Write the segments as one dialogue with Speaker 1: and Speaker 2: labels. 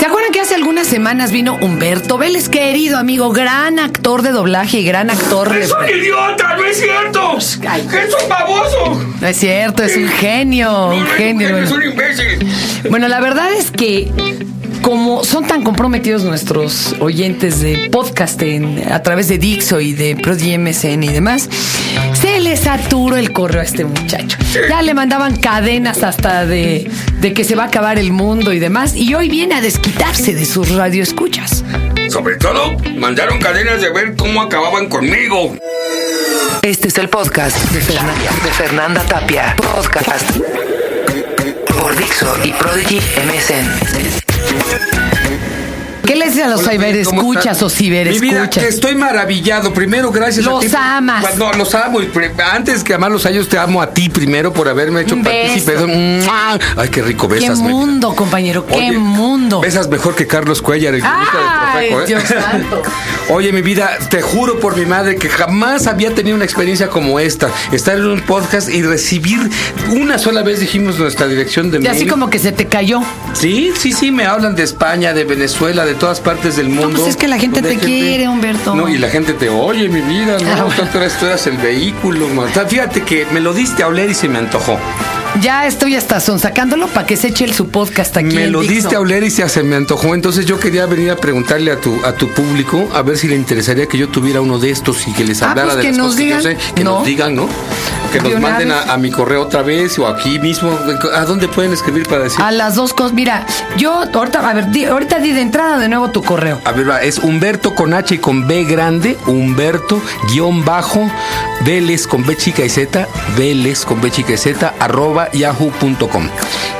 Speaker 1: ¿Recuerdan que hace algunas semanas vino Humberto Vélez, querido amigo, gran actor de doblaje y gran actor?
Speaker 2: ¡Es un idiota! ¡No es cierto!
Speaker 1: Pues,
Speaker 2: ¡Es un baboso!
Speaker 1: No es cierto, es un genio, un
Speaker 2: No, no es
Speaker 1: genio. bueno.
Speaker 2: mujer, ¡Es un imbécil!
Speaker 1: Bueno, la verdad es que como son tan comprometidos nuestros oyentes de podcast en- a través de Dixo y de Prodigy MSN y demás, se le saturó el correo a este muchacho. Ya le mandaban cadenas hasta de, de que se va a acabar el mundo y demás, y hoy viene a desquitarse de sus radioescuchas.
Speaker 2: Sobre todo, mandaron cadenas de ver cómo acababan conmigo.
Speaker 3: Este es el podcast de, Fernan- de Fernanda Tapia. Podcast por Dixo y Prodigy MSN.
Speaker 1: ¿Qué le dicen a los ciberescuchas o
Speaker 2: Mi vida, que
Speaker 1: ciberescuchas?
Speaker 2: estoy maravillado. Primero, gracias a
Speaker 1: Los
Speaker 2: ti.
Speaker 1: amas.
Speaker 2: No, los amo. Y pre- antes que amarlos a ellos, te amo a ti primero por haberme hecho
Speaker 1: Un
Speaker 2: partícipe.
Speaker 1: beso.
Speaker 2: ¡Mua! Ay, qué rico
Speaker 1: ¡Qué
Speaker 2: besas, mi vida.
Speaker 1: mundo, compañero! ¡Qué
Speaker 2: Oye,
Speaker 1: mundo!
Speaker 2: Besas mejor que Carlos Cuellar, el guionista
Speaker 1: ¡Ay,
Speaker 2: de Profeco, ¿eh?
Speaker 1: Dios santo!
Speaker 2: Oye, mi vida, te juro por mi madre que jamás había tenido una experiencia como esta. Estar en un podcast y recibir una sola vez dijimos nuestra dirección de
Speaker 1: Y así
Speaker 2: mail.
Speaker 1: como que se te cayó.
Speaker 2: Sí, sí, sí, me hablan de España, de Venezuela, de todas partes del mundo.
Speaker 1: pues es que la gente
Speaker 2: De
Speaker 1: te quiere, Humberto.
Speaker 2: No, y la gente te oye, mi vida,
Speaker 1: Ah,
Speaker 2: no,
Speaker 1: bueno.
Speaker 2: tú, eras, tú eras el vehículo. ma. O sea, fíjate que me lo diste a oler y se me antojó.
Speaker 1: Ya estoy hasta sonsacándolo para que se eche el- su podcast aquí.
Speaker 2: Me
Speaker 1: en
Speaker 2: lo
Speaker 1: Dixo.
Speaker 2: diste a oler y se, se me antojó. Entonces yo quería venir a preguntarle a tu, a tu público a ver si le interesaría que yo tuviera uno de estos y que les
Speaker 1: Ah,
Speaker 2: hablara
Speaker 1: pues
Speaker 2: de
Speaker 1: que
Speaker 2: las
Speaker 1: nos
Speaker 2: cosas que
Speaker 1: digan.
Speaker 2: yo sé. Que
Speaker 1: No.
Speaker 2: nos digan, ¿no? Que
Speaker 1: De
Speaker 2: nos
Speaker 1: una
Speaker 2: manden
Speaker 1: vez.
Speaker 2: a, a mi correo otra vez o aquí mismo. ¿A dónde pueden escribir para decir?
Speaker 1: A las dos cosas. Mira, yo ahorita, a ver, di- ahorita di de entrada de nuevo tu correo.
Speaker 2: A ver, va, es Humberto con H y con B grande, Humberto, guión bajo, Vélez con B chica y Z, Vélez con B chica y Z, arroba yahoo.com.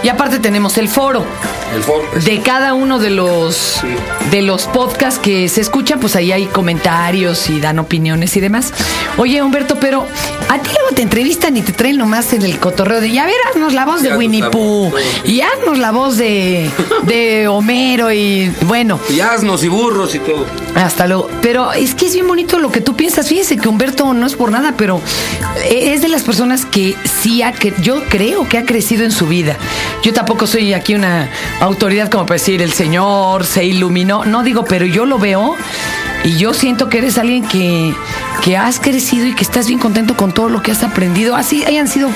Speaker 1: Y aparte tenemos el foro
Speaker 2: El foro.
Speaker 1: de cada uno de los de los podcasts que se escuchan, pues ahí hay comentarios y dan opiniones y demás. Oye, Humberto, pero a ti luego te entrevistan y te traen nomás en el cotorreo de ya ver, haznos la voz
Speaker 2: Ya
Speaker 1: de
Speaker 2: tú
Speaker 1: Winnie
Speaker 2: sabes,
Speaker 1: Pooh
Speaker 2: todo.
Speaker 1: y haznos la voz de, de Homero y bueno.
Speaker 2: Y asnos y burros y todo.
Speaker 1: Hasta luego. Pero es que es bien bonito lo que tú piensas. Fíjese que Humberto no es por nada, pero e-, es de las personas que sí ha cre- yo creo que ha crecido en su vida. Yo tampoco soy aquí una autoridad como para decir el Señor se iluminó. No digo, pero yo lo veo y yo siento que eres alguien que, que has crecido y que estás bien contento con todo lo que has aprendido. Así hayan sido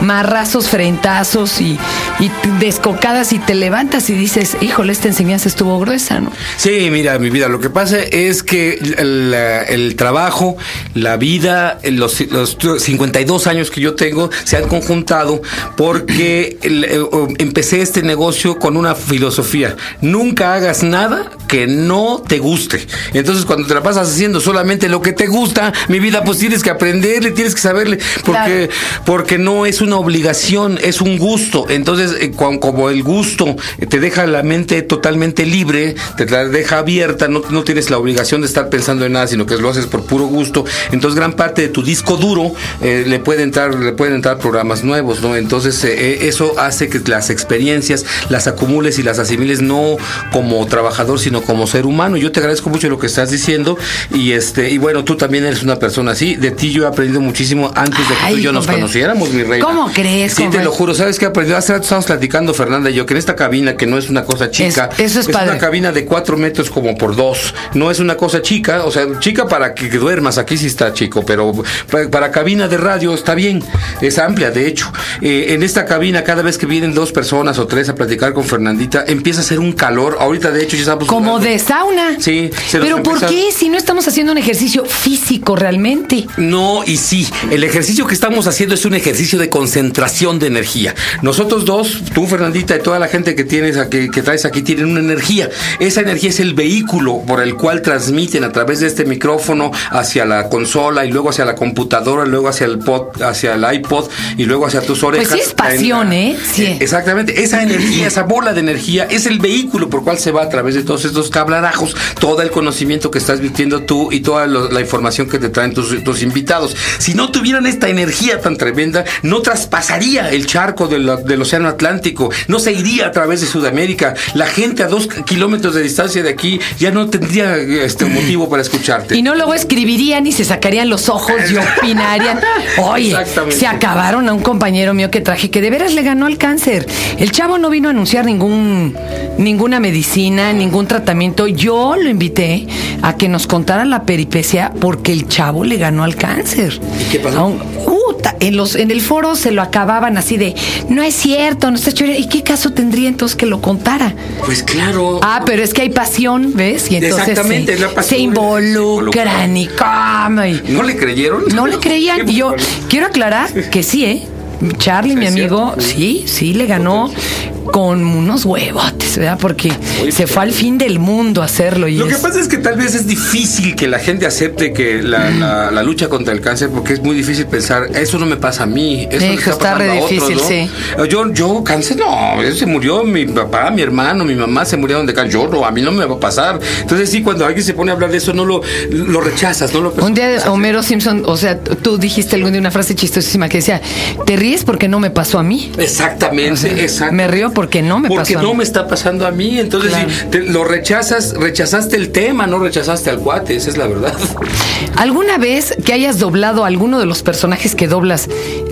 Speaker 1: marrazos, frentazos y, y descocadas y te levantas y dices, híjole, esta enseñanza estuvo gruesa, ¿no?
Speaker 2: Sí, mira, mi vida, lo que pasa es que la- el trabajo, la vida, los, los 52 años que yo tengo se han conjuntado porque el- eh, o- empecé este negocio con una filosofía. Nunca hagas nada que no te guste. Entonces, cuando te la pasas haciendo solamente lo que te gusta, mi vida, pues tienes que aprenderle, tienes que saberle, porque, porque no es una obligación, es un gusto. Entonces, eh, cuan- como el gusto eh, te deja la mente totalmente libre, te la deja abierta, no, no tienes la obligación de estar pensando en nada, sino que lo haces por puro gusto. Entonces, gran parte de tu disco duro eh, le puede entrar, le pueden entrar programas nuevos, ¿no? Entonces, eh, eh, eso hace que las experiencias las acumules y las asimiles no como trabajador, sino como ser humano. Yo te agradezco mucho lo que estás diciendo y este y bueno, tú también eres una persona así. De ti yo he aprendido muchísimo antes de que tú
Speaker 1: Ay,
Speaker 2: y yo nos
Speaker 1: compañero.
Speaker 2: conociéramos, mi reina.
Speaker 1: ¿Cómo crees,
Speaker 2: Sí, te
Speaker 1: compañero?
Speaker 2: lo juro. ¿Sabes qué aprendido? Hace rato estábamos platicando, Fernanda y yo, que en esta cabina, que no es una cosa chica,
Speaker 1: Es- eso es padre.
Speaker 2: una cabina de cuatro metros como por dos. No es una cosa chica, o sea, chica para que duermas. Aquí sí está chico, pero pa- para cabina de radio está bien. Es amplia, de hecho. Eh, en esta cabina, cada vez que vienen dos personas o tres a platicar con Fernandita, empieza a hacer un calor. Ahorita, de hecho, ya estamos.
Speaker 1: Como de sauna.
Speaker 2: pues, Sí, se nos
Speaker 1: Pero ¿por
Speaker 2: empieza-
Speaker 1: qué si no estamos haciendo un ejercicio físico realmente?
Speaker 2: No y sí. El ejercicio que estamos haciendo es un ejercicio de concentración de energía. Nosotros dos, tú Fernandita y toda la gente que tienes aquí, que traes aquí tienen una energía. Esa energía es el vehículo por el cual transmiten a través de este micrófono hacia la consola y luego hacia la computadora, y luego hacia el pod, hacia el iPod y luego hacia tus orejas.
Speaker 1: Pues sí es pasión, ¿eh? Sí.
Speaker 2: Exactamente. Esa energía, esa bola de energía es el vehículo por cual se va a través de todos estos dos cablarajos todo el conocimiento que estás vistiendo tú y toda lo- la información que te traen tus, tus invitados. Si no tuvieran esta energía tan tremenda, no traspasaría el charco de la- del Océano Atlántico, no se iría a través de Sudamérica. La gente a dos kilómetros de distancia de aquí ya no tendría este motivo para escucharte.
Speaker 1: Y no luego escribirían y se sacarían los ojos y opinarían. Oye,
Speaker 2: Exactamente.
Speaker 1: se acabaron a un compañero mío que traje que de veras le ganó el cáncer. El chavo no vino a anunciar ningún ninguna medicina, ningún tratamiento. Yo lo invité a que nos contara la peripecia porque el chavo le ganó al cáncer.
Speaker 2: ¿Y qué pasó?
Speaker 1: A un- Puta, en los en el foro se lo acababan así de, no es cierto, no está chévere. ¿Y qué caso tendría entonces que lo contara?
Speaker 2: Pues claro.
Speaker 1: Ah, pero es que hay pasión, ¿ves? Y entonces
Speaker 2: Exactamente,
Speaker 1: se,
Speaker 2: es la pasión.
Speaker 1: se involucran y cómo, y
Speaker 2: ¿No le creyeron?
Speaker 1: no le creían.
Speaker 2: Qué
Speaker 1: Y yo
Speaker 2: barbaridad.
Speaker 1: quiero aclarar que sí, ¿eh? Charlie, mi
Speaker 2: Es
Speaker 1: amigo,
Speaker 2: cierto,
Speaker 1: sí, sí, le ganó con unos huevotes, ¿verdad? Porque se fue al fin del mundo a hacerlo. Y
Speaker 2: Lo que
Speaker 1: es-
Speaker 2: pasa es que tal vez es difícil que la gente acepte que la,
Speaker 1: Mm.
Speaker 2: la- la lucha contra el cáncer, porque es muy difícil pensar, eso no me pasa a mí, eso le
Speaker 1: Hijo, está
Speaker 2: pasando
Speaker 1: re
Speaker 2: a otros",
Speaker 1: difícil,
Speaker 2: ¿no? Yo, yo cáncer, no, se murió mi papá, mi hermano, mi mamá se murieron de cáncer, yo no, a mí no me va a pasar. Entonces sí, cuando alguien se pone a hablar de eso, no lo, lo rechazas, no lo
Speaker 1: Un día Homero Simpson, o sea, tú dijiste algún día una frase chistosísima que decía, te ríes porque no me pasó a mí.
Speaker 2: Exactamente, exacto.
Speaker 1: Me río porque no me
Speaker 2: porque
Speaker 1: pasó a
Speaker 2: no
Speaker 1: mí.
Speaker 2: me está pasando a mí, entonces
Speaker 1: Claro.
Speaker 2: sí, te- lo rechazas, rechazaste el tema, no rechazaste al cuate, esa es la verdad.
Speaker 1: ¿Alguna vez que hayas doblado a alguno de los personajes que doblas,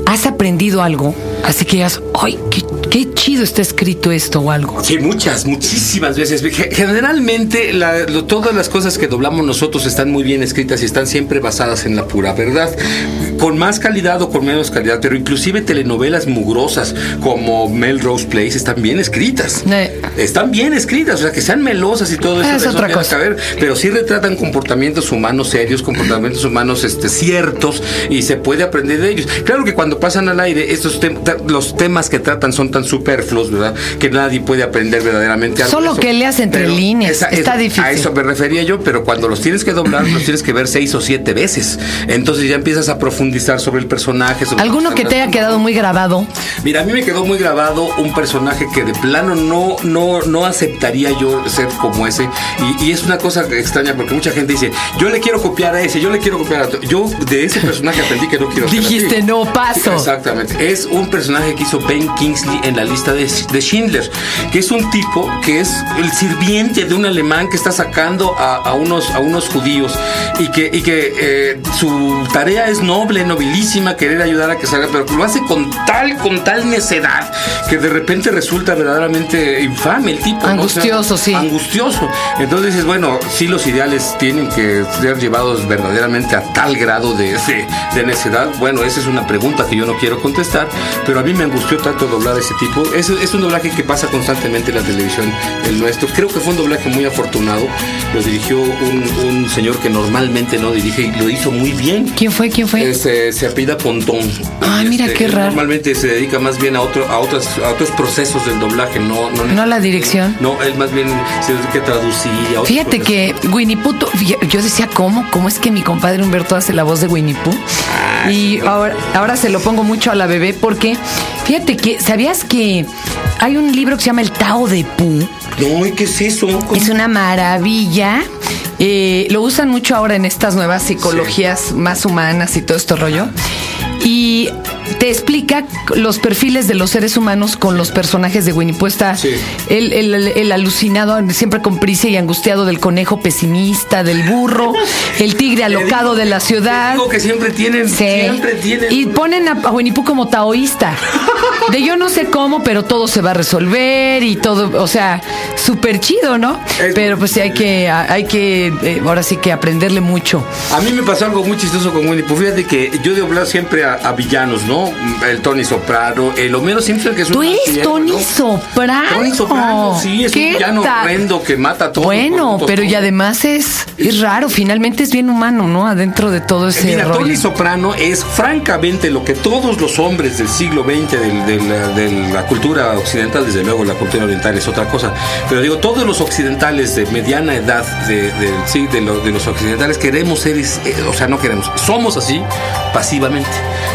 Speaker 1: has aprendido algo? Así que digas, ¡ay, qué, qué chido está escrito esto o algo!
Speaker 2: Sí, muchas, muchísimas veces. Ge- Generalmente la- lo- todas las cosas que doblamos nosotros están muy bien escritas y están siempre basadas en la pura verdad, con más calidad o con menos calidad, pero inclusive telenovelas mugrosas como Melrose Place están bien escritas.
Speaker 1: Eh.
Speaker 2: Están bien escritas, o sea, que sean melosas y todo eso.
Speaker 1: Ah, Es
Speaker 2: eso
Speaker 1: otra
Speaker 2: no tiene
Speaker 1: cosa.
Speaker 2: que ver, pero sí retratan comportamientos humanos serios, comportamientos humanos este, ciertos y se puede aprender de ellos. Claro que cuando pasan al aire, estos tem- ta- los temas que tratan son tan superfluos, ¿verdad? Que nadie puede aprender verdaderamente algo.
Speaker 1: Solo
Speaker 2: de eso.
Speaker 1: que leas entre líneas, está
Speaker 2: A
Speaker 1: difícil.
Speaker 2: eso me refería yo, pero cuando los tienes que doblar, los tienes que ver seis o siete veces. Entonces ya empiezas a profundizar sobre el personaje. Sobre
Speaker 1: ¿Alguno
Speaker 2: los
Speaker 1: que te
Speaker 2: temas.
Speaker 1: haya quedado muy grabado?
Speaker 2: Mira, a mí me quedó muy grabado un personaje que de plano no, no, no aceptaría yo ser como ese. Y, y es una cosa extraña porque mucha gente dice, yo le quiero copiar a ese, yo le quiero copiar a otro. Yo de ese personaje aprendí que no quiero ser así.
Speaker 1: Dijiste, "No paso".
Speaker 2: Exactamente. Es un personaje que hizo Ben Kingsley en la lista de, de Schindler, que es un tipo que es el sirviente de un alemán que está sacando a, a unos, a unos judíos y que, y que eh, su tarea es noble, nobilísima, querer ayudar a que salga, pero lo hace con tal, con tal necedad que de repente resulta verdaderamente infame el tipo. ¿no? O sea,
Speaker 1: Angustioso, sí.
Speaker 2: angustioso. Entonces dices, bueno, sí los ideales tienen que ser llevados verdaderamente a tal grado de, de, de necedad. Bueno, esa es una pregunta que yo no quiero contestar, pero a mí me angustió tanto doblar a ese tipo. Es, es un doblaje que pasa constantemente en la televisión, el nuestro. Creo que fue un doblaje muy afortunado. Lo dirigió un, un señor que normalmente no dirige y lo hizo muy bien.
Speaker 1: ¿Quién fue? ¿Quién fue?
Speaker 2: Este, se apellida Pontón.
Speaker 1: Ah, mira, qué
Speaker 2: él
Speaker 1: raro.
Speaker 2: este, Normalmente se dedica más bien a, otro, a, otras, a otros procesos del doblaje, no, no,
Speaker 1: No a la dirección.
Speaker 2: No, él más bien se dedica a traducir. y a otros
Speaker 1: Fíjate
Speaker 2: procesos.
Speaker 1: que Winnie Pooh, tú- fí- yo decía, ¿cómo? ¿Cómo es que mi compadre Humberto hace la voz de Winnie Pooh? Y ahora, ahora se lo pongo mucho a la bebé porque, fíjate que, ¿sabías que hay un libro que se llama El Tao de Pooh?
Speaker 2: No, ¿y qué es eso? ¿Cómo?
Speaker 1: Es una maravilla. Eh, lo usan mucho ahora en estas nuevas psicologías más humanas y todo este rollo. Y te explica los perfiles de los seres humanos con los personajes de Winnie Pooh. Está
Speaker 2: Sí.
Speaker 1: el, el- el alucinado, siempre con prisa y angustiado del conejo pesimista, del burro, el tigre
Speaker 2: Te digo-
Speaker 1: alocado de la ciudad.
Speaker 2: Te Digo que siempre tienen,
Speaker 1: Sí.
Speaker 2: siempre tienen.
Speaker 1: Y ponen a, a Winnie Pooh como taoísta. De yo no sé cómo, pero todo se va a resolver y todo, o sea, súper chido, ¿no?
Speaker 2: Es-
Speaker 1: Pero pues sí hay que, a- hay que, eh, ahora sí que aprenderle mucho.
Speaker 2: A mí me pasó algo muy chistoso con Winnie Pooh. Fíjate que yo he hablado siempre a, a villanos, ¿no? El Tony Soprano, el Homero Simpson, que es un
Speaker 1: Tú eres
Speaker 2: marciano,
Speaker 1: Tony
Speaker 2: ¿no?
Speaker 1: Soprano.
Speaker 2: Tony Soprano, sí, es un
Speaker 1: ¿Qué
Speaker 2: villano
Speaker 1: tal?
Speaker 2: horrendo que mata a todos.
Speaker 1: Bueno,
Speaker 2: los
Speaker 1: pero y
Speaker 2: productos, ¿no?
Speaker 1: además es, es raro, finalmente es bien humano, ¿no? Adentro de todo ese
Speaker 2: Mira,
Speaker 1: rollo.
Speaker 2: Tony Soprano es francamente lo que todos los hombres del siglo XX, del- del- la- de la cultura occidental, desde luego la cultura oriental es otra cosa, pero digo, todos los occidentales de mediana edad, de, de- sí, de, lo- de los occidentales, queremos ser, es- eh, o sea, no queremos, somos así pasivamente.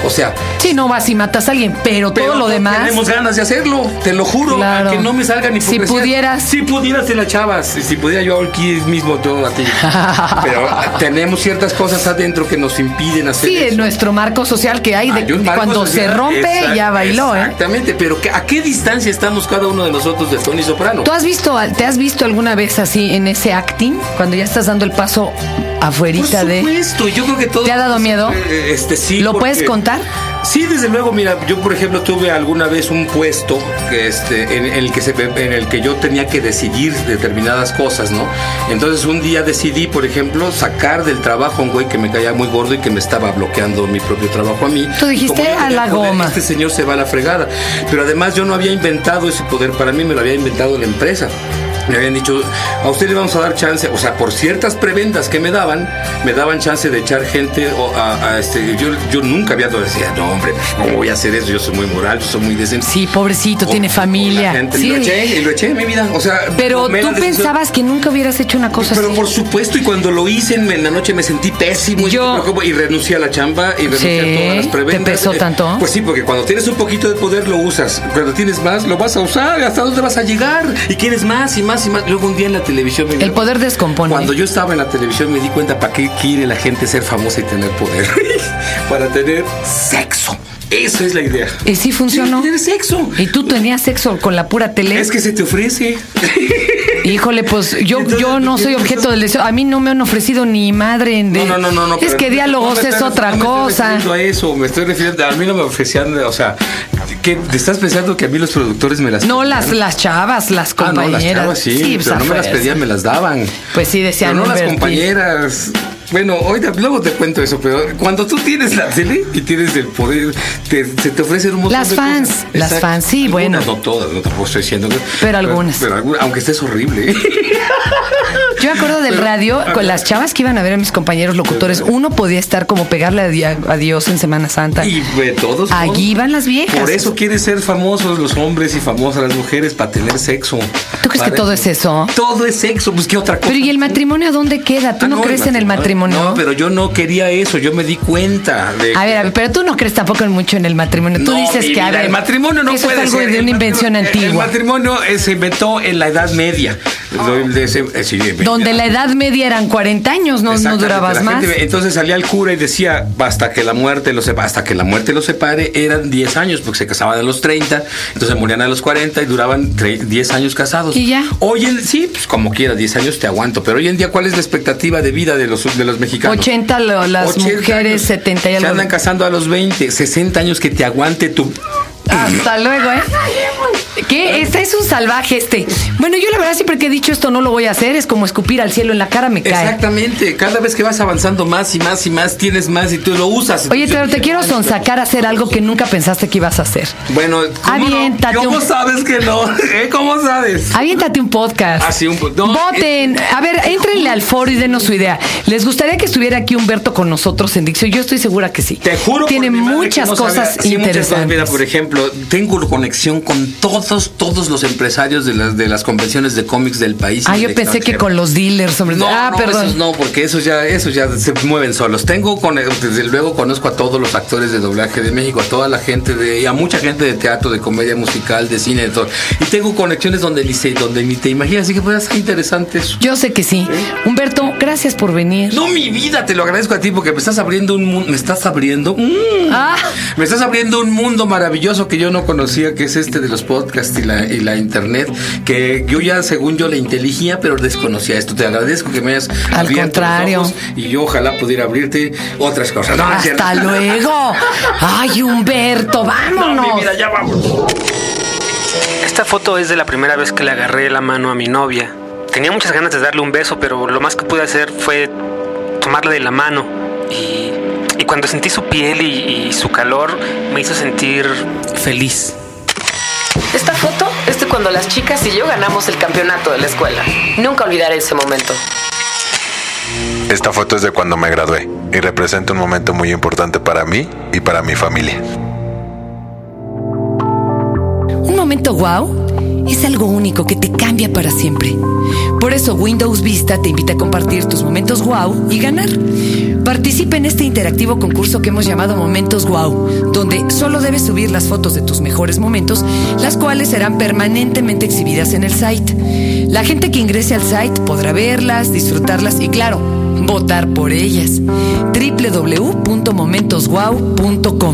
Speaker 2: O sea,
Speaker 1: Sí, Sí, no vas y matas a alguien, pero,
Speaker 2: Pero
Speaker 1: todo lo
Speaker 2: no
Speaker 1: demás.
Speaker 2: Tenemos ganas de hacerlo, te lo juro.
Speaker 1: Claro.
Speaker 2: a que no me salgan ni
Speaker 1: Si pudieras.
Speaker 2: Si pudieras, te la chavas. Y si pudiera yo aquí mismo, yo a ti. Pero ah, tenemos ciertas cosas adentro que nos impiden hacer
Speaker 1: Sí, en
Speaker 2: eso.
Speaker 1: nuestro marco social que hay de
Speaker 2: Hay un marco
Speaker 1: cuando
Speaker 2: social.
Speaker 1: se rompe
Speaker 2: Exact-
Speaker 1: ya bailó, ¿eh?
Speaker 2: Exactamente, pero ¿qué- ¿a qué distancia estamos cada uno de nosotros de Tony Soprano?
Speaker 1: ¿Tú has visto, al- te has visto alguna vez así en ese acting cuando ya estás dando el paso
Speaker 2: Por
Speaker 1: afuerita de
Speaker 2: supuesto, yo creo que todo.
Speaker 1: ¿Te ha dado miedo?
Speaker 2: Eh, Este sí.
Speaker 1: ¿Lo
Speaker 2: porque-
Speaker 1: puedes contar?
Speaker 2: Sí, desde luego. Mira, yo por ejemplo tuve alguna vez un puesto que, este, en, en el que se, en el que yo tenía que decidir determinadas cosas, ¿no? Entonces un día decidí, por ejemplo, sacar del trabajo a un güey que me caía muy gordo y que me estaba bloqueando mi propio trabajo a mí.
Speaker 1: Tú dijiste,
Speaker 2: Como yo
Speaker 1: "A
Speaker 2: tenía
Speaker 1: la
Speaker 2: poder,
Speaker 1: goma".
Speaker 2: Este señor se va a la fregada. Pero además yo no había inventado ese poder para mí, me lo había inventado la empresa. Me habían dicho, a usted le vamos a dar chance, o sea, por ciertas prebendas que me daban, me daban chance de echar gente o a, a este. Yo, yo nunca había dado, decía, no, hombre, ¿cómo voy a hacer eso? Yo soy muy moral, yo soy muy decente.
Speaker 1: Sí, pobrecito, tiene
Speaker 2: O- o la
Speaker 1: familia.
Speaker 2: gente, Y
Speaker 1: Sí.
Speaker 2: lo eché, y lo eché mi vida. O sea,
Speaker 1: Pero
Speaker 2: tomé la
Speaker 1: tú
Speaker 2: decisión.
Speaker 1: pensabas que nunca hubieras hecho una cosa
Speaker 2: Pero
Speaker 1: así.
Speaker 2: por supuesto, y cuando lo hice en en la noche me sentí pésimo. y
Speaker 1: Yo-
Speaker 2: me preocupo, Y renuncié a la chamba y renuncié
Speaker 1: Sí,
Speaker 2: a todas las
Speaker 1: ¿te
Speaker 2: preventas.
Speaker 1: pesó
Speaker 2: Eh,
Speaker 1: tanto?
Speaker 2: Pues sí, porque cuando tienes un poquito de poder lo usas. Cuando tienes más, lo vas a usar. ¿Hasta dónde vas a llegar? Y quieres más y más y más. Luego un día en la televisión me
Speaker 1: El poder descompone.
Speaker 2: Cuando yo estaba en la televisión me di cuenta para qué quiere la gente ser famosa y tener poder. para tener sexo. Eso es la idea.
Speaker 1: Y sí funcionó.
Speaker 2: Tener sexo.
Speaker 1: Y tú tenías sexo con la pura tele.
Speaker 2: Es que se te ofrece.
Speaker 1: Híjole, pues yo,
Speaker 2: Entonces,
Speaker 1: yo no
Speaker 2: ¿tú
Speaker 1: soy
Speaker 2: piensas?
Speaker 1: objeto del deseo. A mí no me han ofrecido ni madre. en de-
Speaker 2: No, no, no, no, no,
Speaker 1: Es
Speaker 2: pero
Speaker 1: que
Speaker 2: no,
Speaker 1: diálogos
Speaker 2: no me
Speaker 1: es
Speaker 2: estoy-
Speaker 1: otra
Speaker 2: No me estoy
Speaker 1: cosa.
Speaker 2: refiriendo a eso, me estoy refiriendo, a mí no me ofrecían, o sea, que ¿te estás pensando que a mí los productores me las
Speaker 1: No
Speaker 2: pedían?
Speaker 1: las, las chavas, las
Speaker 2: Ah, no,
Speaker 1: compañeras.
Speaker 2: las chavas sí,
Speaker 1: pues,
Speaker 2: pero
Speaker 1: a
Speaker 2: no me las
Speaker 1: fuerza.
Speaker 2: pedían, me las daban.
Speaker 1: Pues sí, decían.
Speaker 2: Pero no las
Speaker 1: Bertie.
Speaker 2: compañeras. Bueno, hoy luego te cuento eso, pero cuando tú tienes la tele y tienes el poder, te- se te ofrecen un montón
Speaker 1: Las
Speaker 2: de
Speaker 1: fans,
Speaker 2: cosas.
Speaker 1: las
Speaker 2: Exacto.
Speaker 1: fans, sí,
Speaker 2: Algunas,
Speaker 1: bueno.
Speaker 2: No todas, no tampoco estoy diciendo. que-
Speaker 1: Pero algunas.
Speaker 2: Pero, alguna- aunque estés horrible.
Speaker 1: Yo me acuerdo del
Speaker 2: Pero-
Speaker 1: radio, con las chavas que iban a ver a mis compañeros locutores, uno podía estar como pegarle a, di- a Dios en Semana Santa.
Speaker 2: Y de todos. modos,
Speaker 1: Allí van las viejas.
Speaker 2: Por eso quieren ser famosos los hombres y famosas las mujeres para tener sexo.
Speaker 1: ¿Tú crees
Speaker 2: Para
Speaker 1: que todo es eso?
Speaker 2: Todo es sexo, pues qué otra cosa.
Speaker 1: Pero ¿y el matrimonio dónde queda? ¿Tú
Speaker 2: Ah,
Speaker 1: no, crees en el matrimonio?
Speaker 2: No, pero yo no quería eso, yo me di cuenta de
Speaker 1: A ver, a ver, pero tú no crees tampoco en mucho en el matrimonio. Tú
Speaker 2: No,
Speaker 1: dices
Speaker 2: mi
Speaker 1: que, a
Speaker 2: vida,
Speaker 1: ver,
Speaker 2: el matrimonio no
Speaker 1: eso
Speaker 2: puede
Speaker 1: es algo
Speaker 2: ser,
Speaker 1: de
Speaker 2: el
Speaker 1: una invención
Speaker 2: matrimonio-
Speaker 1: antigua. Ah.
Speaker 2: El matrimonio eh, se inventó en la Edad Media. Donde se- eh, sí, eh,
Speaker 1: Donde la edad media eran 40 años, no, no
Speaker 2: Exactamente,
Speaker 1: durabas
Speaker 2: la
Speaker 1: más.
Speaker 2: gente- entonces salía el cura y decía, hasta que la muerte los separe, hasta que la muerte los separe, eran 10 años, porque se casaban a los 30, entonces morían a los 40 y duraban tre- 10 años casados.
Speaker 1: ¿Y ya?
Speaker 2: Hoy en sí, pues como quiera, 10 años te aguanto, pero hoy en día, ¿cuál es la expectativa de vida de los, de los mexicanos?
Speaker 1: 80 lo- las
Speaker 2: 80
Speaker 1: mujeres,
Speaker 2: años.
Speaker 1: 70 y
Speaker 2: Se
Speaker 1: algo.
Speaker 2: andan casando a los 20, 60 años que te aguante tu...
Speaker 1: Hasta luego, ¿eh? ¿Qué? Este es un salvaje este. Bueno, yo la verdad siempre que he dicho esto no lo voy a hacer, es como escupir al cielo en la cara, me cae.
Speaker 2: Exactamente, cada vez que vas avanzando más y más y más, tienes más y tú lo usas.
Speaker 1: Oye, pero te quiero sonsacar a hacer algo que nunca pensaste que ibas a hacer.
Speaker 2: Bueno, ¿cómo, no?
Speaker 1: Aviéntate
Speaker 2: ¿Cómo
Speaker 1: un-
Speaker 2: sabes que no? ¿Eh? ¿Cómo sabes?
Speaker 1: Aviéntate un podcast.
Speaker 2: Ah, sí, un po- no,
Speaker 1: Voten. A ver, éntrenle al foro y denos su idea. ¿Les gustaría que estuviera aquí Humberto con nosotros en Dixio? Yo estoy segura que sí.
Speaker 2: Te juro por
Speaker 1: Tiene
Speaker 2: mi madre que
Speaker 1: muchas
Speaker 2: no sabía-
Speaker 1: cosas
Speaker 2: sí, muchas
Speaker 1: interesantes.
Speaker 2: Mira, por ejemplo, tengo conexión con todos, todos los empresarios de las, de las convenciones de cómics del país.
Speaker 1: ah,
Speaker 2: y
Speaker 1: yo
Speaker 2: del
Speaker 1: pensé que
Speaker 2: extranjero.
Speaker 1: con los dealers, sobre
Speaker 2: No,
Speaker 1: Ah,
Speaker 2: no,
Speaker 1: perdón.
Speaker 2: esos no, porque esos ya, esos ya se mueven solos. Tengo, con, desde luego, conozco a todos los actores de doblaje de México, a toda la gente de, y a mucha gente de teatro, de comedia musical, de cine, de todo. Y tengo conexiones donde dice, donde ni te imaginas, así que puede ser interesante eso.
Speaker 1: Yo sé que sí. Humberto, gracias por venir.
Speaker 2: No, mi vida, te lo agradezco a ti porque me estás abriendo un mundo, me estás abriendo, mm,
Speaker 1: Ah,
Speaker 2: me estás abriendo un mundo maravilloso que yo no conocía, que es este de los podcasts y la, y la internet, que yo ya según yo le inteligía, pero desconocía esto. Te agradezco que me hayas
Speaker 1: Al
Speaker 2: abierto los
Speaker 1: contrario.
Speaker 2: ojos y yo ojalá pudiera abrirte otras cosas. No, no es cierto.
Speaker 1: hasta luego. Ay, Humberto, vámonos.
Speaker 2: Mi vida, ya vamos.
Speaker 4: Esta foto es de la primera vez que le agarré la mano a mi novia. Tenía muchas ganas de darle un beso, pero lo más que pude hacer fue tomarla de la mano. Y, y cuando sentí su piel y, y su calor, me hizo sentir feliz.
Speaker 5: Esta foto es de cuando las chicas y yo ganamos el campeonato de la escuela. Nunca olvidaré ese momento.
Speaker 6: Esta foto es de cuando me gradué y representa un momento muy importante para mí y para mi familia.
Speaker 7: Un momento wow es algo único que te cambia para siempre. Por eso Windows Vista te invita a compartir tus momentos wow y ganar.
Speaker 1: Participa en este interactivo concurso que hemos llamado Momentos Wow, donde solo debes subir las fotos de tus mejores momentos, las cuales serán permanentemente exhibidas en el site. La gente que ingrese al site podrá verlas, disfrutarlas y claro, votar por ellas. www.momentoswow.com